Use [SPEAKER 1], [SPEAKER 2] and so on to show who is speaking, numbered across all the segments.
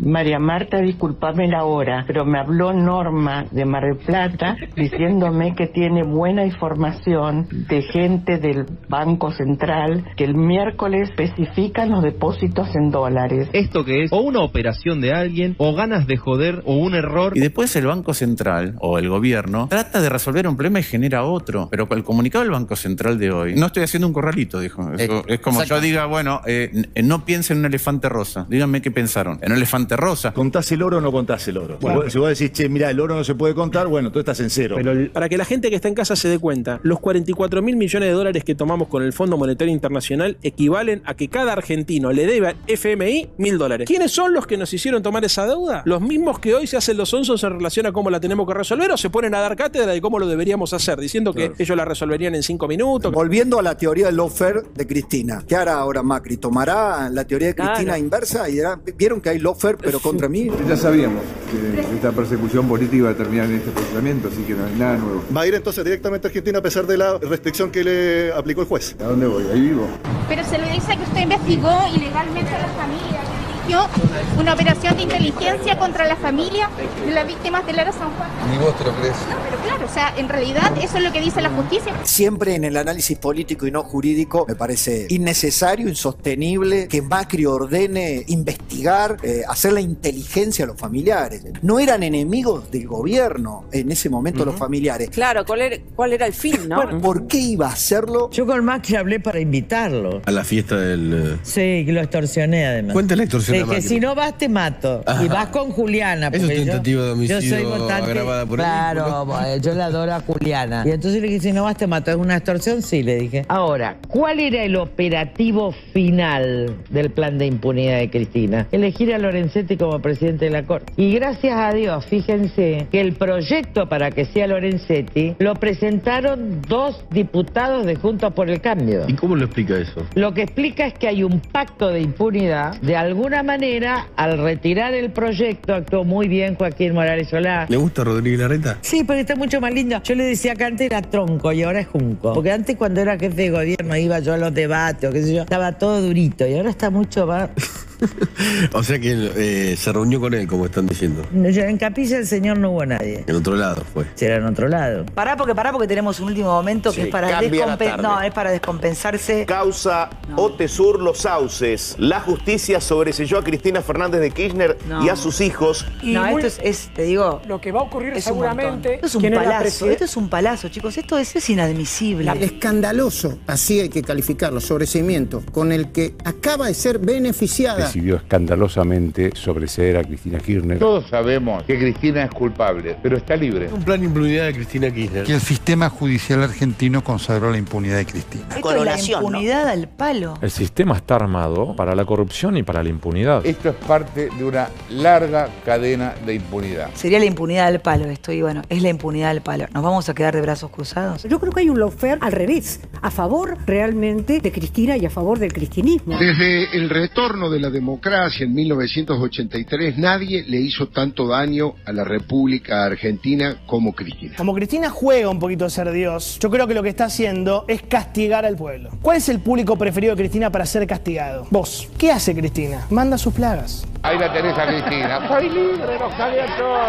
[SPEAKER 1] María Marta, discúlpame la hora, pero me habló Norma de Mar del Plata diciéndome que tiene buena información de gente del Banco Central que el miércoles especifican los depósitos en dólares.
[SPEAKER 2] Esto que es o una operación de alguien, o ganas de joder, o un error.
[SPEAKER 3] Y después el Banco Central o el gobierno trata de resolver un problema y genera otro. Pero el comunicado del Banco Central de hoy, no estoy haciendo un corralito, dijo.
[SPEAKER 4] Eh,
[SPEAKER 3] Eso, es como yo diga, bueno, eh, n- no piensen en un elefante rosa. Díganme qué pensaron. En un elefante rosa.
[SPEAKER 5] ¿Contás el oro o no contás el oro? Si vos- Si vos decís, che, mira, el oro no se puede contar, bueno, tú estás en cero.
[SPEAKER 6] Pero el- para que la gente que está en casa se dé cuenta, los 44 mil millones de dólares que tomamos con el Fondo Monetario Internacional equivalen a que cada argentino le debe al FMI mil dólares. ¿Quiénes son los que nos hicieron tomar esa deuda? Los mismos que hoy se hacen los onzos en relación a cómo la tenemos que resolver o se ponen a dar cátedra de cómo lo deberíamos hacer, diciendo que ellos la resolverían en cinco minutos.
[SPEAKER 7] Volviendo a la teoría del lawfare de Cristina. ¿Qué hará ahora Macri? ¿Tomará la teoría de Cristina
[SPEAKER 1] Claro.
[SPEAKER 7] inversa? y dirá, ¿Vieron que hay lawfare pero contra mí?
[SPEAKER 8] Ya sabíamos que esta persecución política iba a terminar en este procesamiento, así que no hay nada nuevo.
[SPEAKER 4] Va a ir entonces directamente a Argentina a pesar de la restricción que le aplicó el juez.
[SPEAKER 8] ¿A dónde voy? Ahí vivo.
[SPEAKER 9] Pero se le dice que usted investigó ilegalmente a la familia, que dirigió una operación de inteligencia contra la familia de las víctimas del Ara San Juan.
[SPEAKER 8] Ni vos te lo crees.
[SPEAKER 9] No, pero claro, o sea, en realidad eso es lo que dice la justicia.
[SPEAKER 7] Siempre en el análisis político y no jurídico me parece innecesario, insostenible que Macri ordene investigar, eh, hacer la inteligencia a los familiares. No eran enemigos del gobierno en ese momento los familiares.
[SPEAKER 10] Claro, ¿cuál era, cuál era el fin, no?
[SPEAKER 7] Bueno, ¿Por qué iba a hacerlo?
[SPEAKER 1] Yo con Macri hablé para invitarlo.
[SPEAKER 3] A la fiesta del.
[SPEAKER 1] Sí, lo extorsioné además.
[SPEAKER 11] Cuéntale extorsión
[SPEAKER 1] Le
[SPEAKER 11] a
[SPEAKER 1] dije,
[SPEAKER 11] Macri.
[SPEAKER 1] si no vas, te mato. Y
[SPEAKER 11] Ajá.
[SPEAKER 1] vas con Juliana.
[SPEAKER 11] Eso es
[SPEAKER 1] porque yo-
[SPEAKER 11] tentativa de homicidio
[SPEAKER 1] Yo soy votante.
[SPEAKER 11] agravada por el
[SPEAKER 1] Claro,
[SPEAKER 11] vínculo.
[SPEAKER 1] eh, yo la adoro a Juliana. Y entonces le dije, si no vas, te mato. ¿Es una extorsión? Sí, le dije. Ahora, ¿cuál era el operativo final del plan de impunidad de Cristina? Elegir a Lorenzetti como presidente de la Corte. Y gracias a Dios, fíjense que el proyecto para que sea Lorenzetti lo presentaron dos diputados de Juntos por el Cambio.
[SPEAKER 11] ¿Y cómo lo explica eso?
[SPEAKER 1] Lo que explica es que hay un pacto de impunidad. De alguna manera, al retirar el proyecto, actuó muy bien Joaquín Morales Solá.
[SPEAKER 11] ¿Le gusta Rodríguez Larreta?
[SPEAKER 1] Sí, porque está mucho más lindo. Yo le decía que antes era tronco y ahora es junco. Porque antes cuando era jefe de gobierno iba yo a los debates o qué sé yo, estaba todo durito y ahora está mucho más...
[SPEAKER 11] o sea que él, eh, se reunió con él, como están diciendo.
[SPEAKER 1] No, yo en Capilla del Señor no hubo nadie.
[SPEAKER 11] En otro lado fue.
[SPEAKER 1] Será en otro lado.
[SPEAKER 10] Pará porque pará porque tenemos un último momento que
[SPEAKER 12] Sí,
[SPEAKER 10] es para
[SPEAKER 12] cambia la
[SPEAKER 10] descompen-
[SPEAKER 12] tarde.
[SPEAKER 10] no, es para descompensarse.
[SPEAKER 12] Causa Otesur Los Sauces. La justicia sobreselló a Cristina Fernández de Kirchner
[SPEAKER 10] No.
[SPEAKER 12] y a sus hijos.
[SPEAKER 10] No, esto es, es- te digo,
[SPEAKER 13] Lo que va a ocurrir
[SPEAKER 10] es un montón.
[SPEAKER 13] seguramente.
[SPEAKER 10] Esto es un
[SPEAKER 13] quien era
[SPEAKER 10] palazo,
[SPEAKER 13] preside-
[SPEAKER 10] esto es un palazo, chicos, esto es, es inadmisible.
[SPEAKER 13] Escandaloso, así hay que calificarlo, sobrecimiento, con el que acaba de ser beneficiada.
[SPEAKER 8] Decidió escandalosamente sobreseer a Cristina Kirchner.
[SPEAKER 4] Todos sabemos que Cristina es culpable, pero está libre.
[SPEAKER 11] Un plan de impunidad de Cristina Kirchner.
[SPEAKER 8] Que el sistema judicial argentino consagró la impunidad de Cristina.
[SPEAKER 10] Esto
[SPEAKER 12] Coronación,
[SPEAKER 10] es la impunidad al palo.
[SPEAKER 14] El sistema está armado para la corrupción y para la impunidad.
[SPEAKER 4] Esto es parte de una larga cadena de impunidad.
[SPEAKER 10] Sería la impunidad al palo esto, y bueno, es la impunidad al palo. ¿Nos vamos a quedar de brazos cruzados?
[SPEAKER 13] Yo creo que hay un lawfare al revés, a favor realmente de Cristina y a favor del cristinismo.
[SPEAKER 8] Desde el retorno de la democracia en 1983, nadie le hizo tanto daño a la República Argentina como Cristina.
[SPEAKER 13] Como Cristina juega un poquito a ser Dios, yo creo que lo que está haciendo es castigar al pueblo. ¿Cuál es el público preferido de Cristina para ser castigado? Vos. ¿Qué hace Cristina? Manda sus plagas.
[SPEAKER 4] Ahí la tenés a Cristina. Soy libre, nos cabía todo.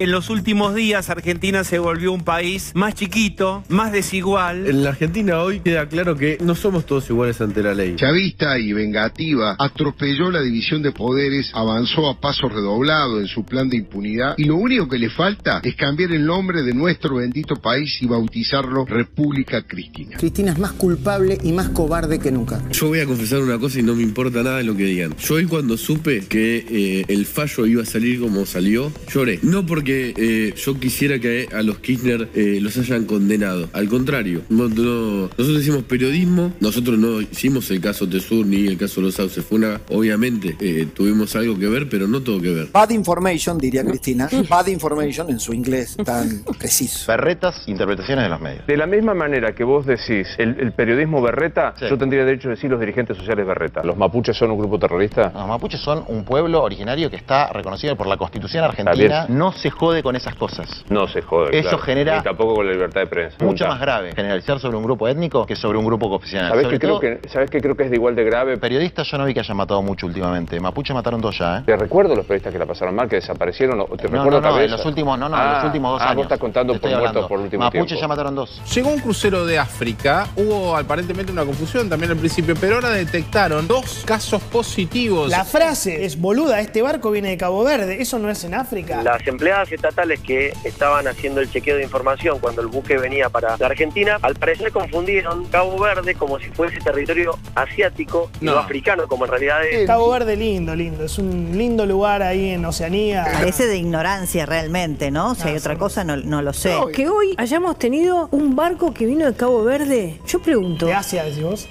[SPEAKER 2] En los últimos días, Argentina se volvió un país más chiquito, más desigual.
[SPEAKER 11] En la Argentina hoy queda claro que no somos todos iguales ante la ley.
[SPEAKER 8] Chavista y vengativa, atropelló la división de poderes, avanzó a paso redoblado en su plan de impunidad y lo único que le falta es cambiar el nombre de nuestro bendito país y bautizarlo República Cristina.
[SPEAKER 13] Cristina es más culpable y más cobarde que nunca.
[SPEAKER 11] Yo voy a confesar una cosa y no me importa nada de lo que digan. Yo hoy cuando supe que eh, el fallo iba a salir como salió, lloré. No porque eh, yo quisiera que a los Kirchner eh, los hayan condenado. Al contrario, no- no- nosotros hicimos periodismo, nosotros no hicimos el caso Tesur ni el caso Los Sauces. Fue una, obviamente, eh, tuvimos algo que ver, pero no todo que ver.
[SPEAKER 7] Bad information, diría Cristina. Bad information en su inglés tan preciso.
[SPEAKER 12] Berretas, interpretaciones de los medios.
[SPEAKER 2] De la misma manera que vos decís el, el periodismo berreta,
[SPEAKER 12] Sí.
[SPEAKER 2] yo tendría derecho a decir los dirigentes sociales berreta. ¿Los mapuches son un grupo terrorista?
[SPEAKER 12] Los mapuches son un pueblo originario que está reconocido por la Constitución argentina.
[SPEAKER 2] Está
[SPEAKER 12] No se jode con esas cosas.
[SPEAKER 2] No se jode.
[SPEAKER 12] Eso genera-
[SPEAKER 2] Y tampoco con la libertad de prensa.
[SPEAKER 12] Mucho más grave generalizar sobre un grupo étnico que sobre un grupo profesional.
[SPEAKER 2] ¿Sabes
[SPEAKER 12] Sobre
[SPEAKER 2] qué creo
[SPEAKER 12] todo,
[SPEAKER 2] que, sabés qué creo que es de igual de grave?
[SPEAKER 12] Periodistas yo no vi que hayan matado mucho
[SPEAKER 11] últimamente. Mapuche mataron dos ya, ¿eh?
[SPEAKER 15] Te recuerdo los periodistas que la pasaron mal, que desaparecieron. o- Te
[SPEAKER 11] No,
[SPEAKER 15] recuerdo
[SPEAKER 11] no, no,
[SPEAKER 15] cabezas.
[SPEAKER 11] en los últimos, no, no, en
[SPEAKER 15] Ah,
[SPEAKER 11] los últimos dos
[SPEAKER 15] ah,
[SPEAKER 11] años.
[SPEAKER 15] vos estás contando
[SPEAKER 11] Te
[SPEAKER 15] por
[SPEAKER 11] estoy
[SPEAKER 15] muertos
[SPEAKER 11] hablando.
[SPEAKER 15] por último
[SPEAKER 11] Mapuche
[SPEAKER 15] tiempo.
[SPEAKER 11] ya mataron dos.
[SPEAKER 16] Llegó un crucero de África, hubo aparentemente una confusión también al principio, pero ahora detectaron dos casos positivos.
[SPEAKER 17] La frase es boluda, este barco viene de Cabo Verde, eso no es en África.
[SPEAKER 6] Las empleadas estatales que estaban haciendo el chequeo de información cuando el buque venía para la Argentina, al parecer confundieron Cabo Verde como si fuese territorio asiático y
[SPEAKER 17] No.
[SPEAKER 6] no africano, como en realidad es.
[SPEAKER 17] Cabo Verde lindo, lindo, es un lindo lugar ahí en Oceanía. Ah,
[SPEAKER 18] Parece de ignorancia realmente, ¿no? Si hay otra cosa, no, no lo sé.
[SPEAKER 19] Que hoy hayamos tenido un barco que vino de Cabo Verde, yo pregunto.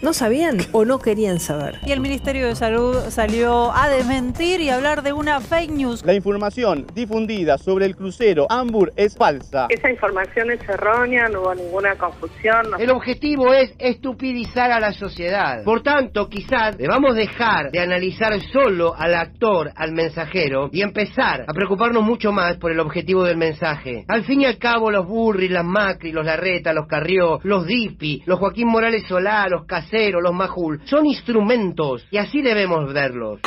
[SPEAKER 19] ¿No sabían o no querían saber?
[SPEAKER 20] Y el Ministerio de Salud salió a desmentir y hablar de una fake news.
[SPEAKER 21] La información difundida sobre el crucero Ambur es falsa.
[SPEAKER 7] Esa información es errónea, no hubo ninguna confusión.
[SPEAKER 1] El objetivo es estupidizar a la sociedad. Por tanto, quizás debamos dejar de analizar solo al actor, al mensajero, y empezar a preocuparnos mucho más por el objetivo del mensaje. Al fin y al cabo, los Burri, las Macri, los Larreta, los Carrió, los Dipi, los Joaquín Morales Solá, los Caseros, los Majul, son instrumentos, y así debemos verlos.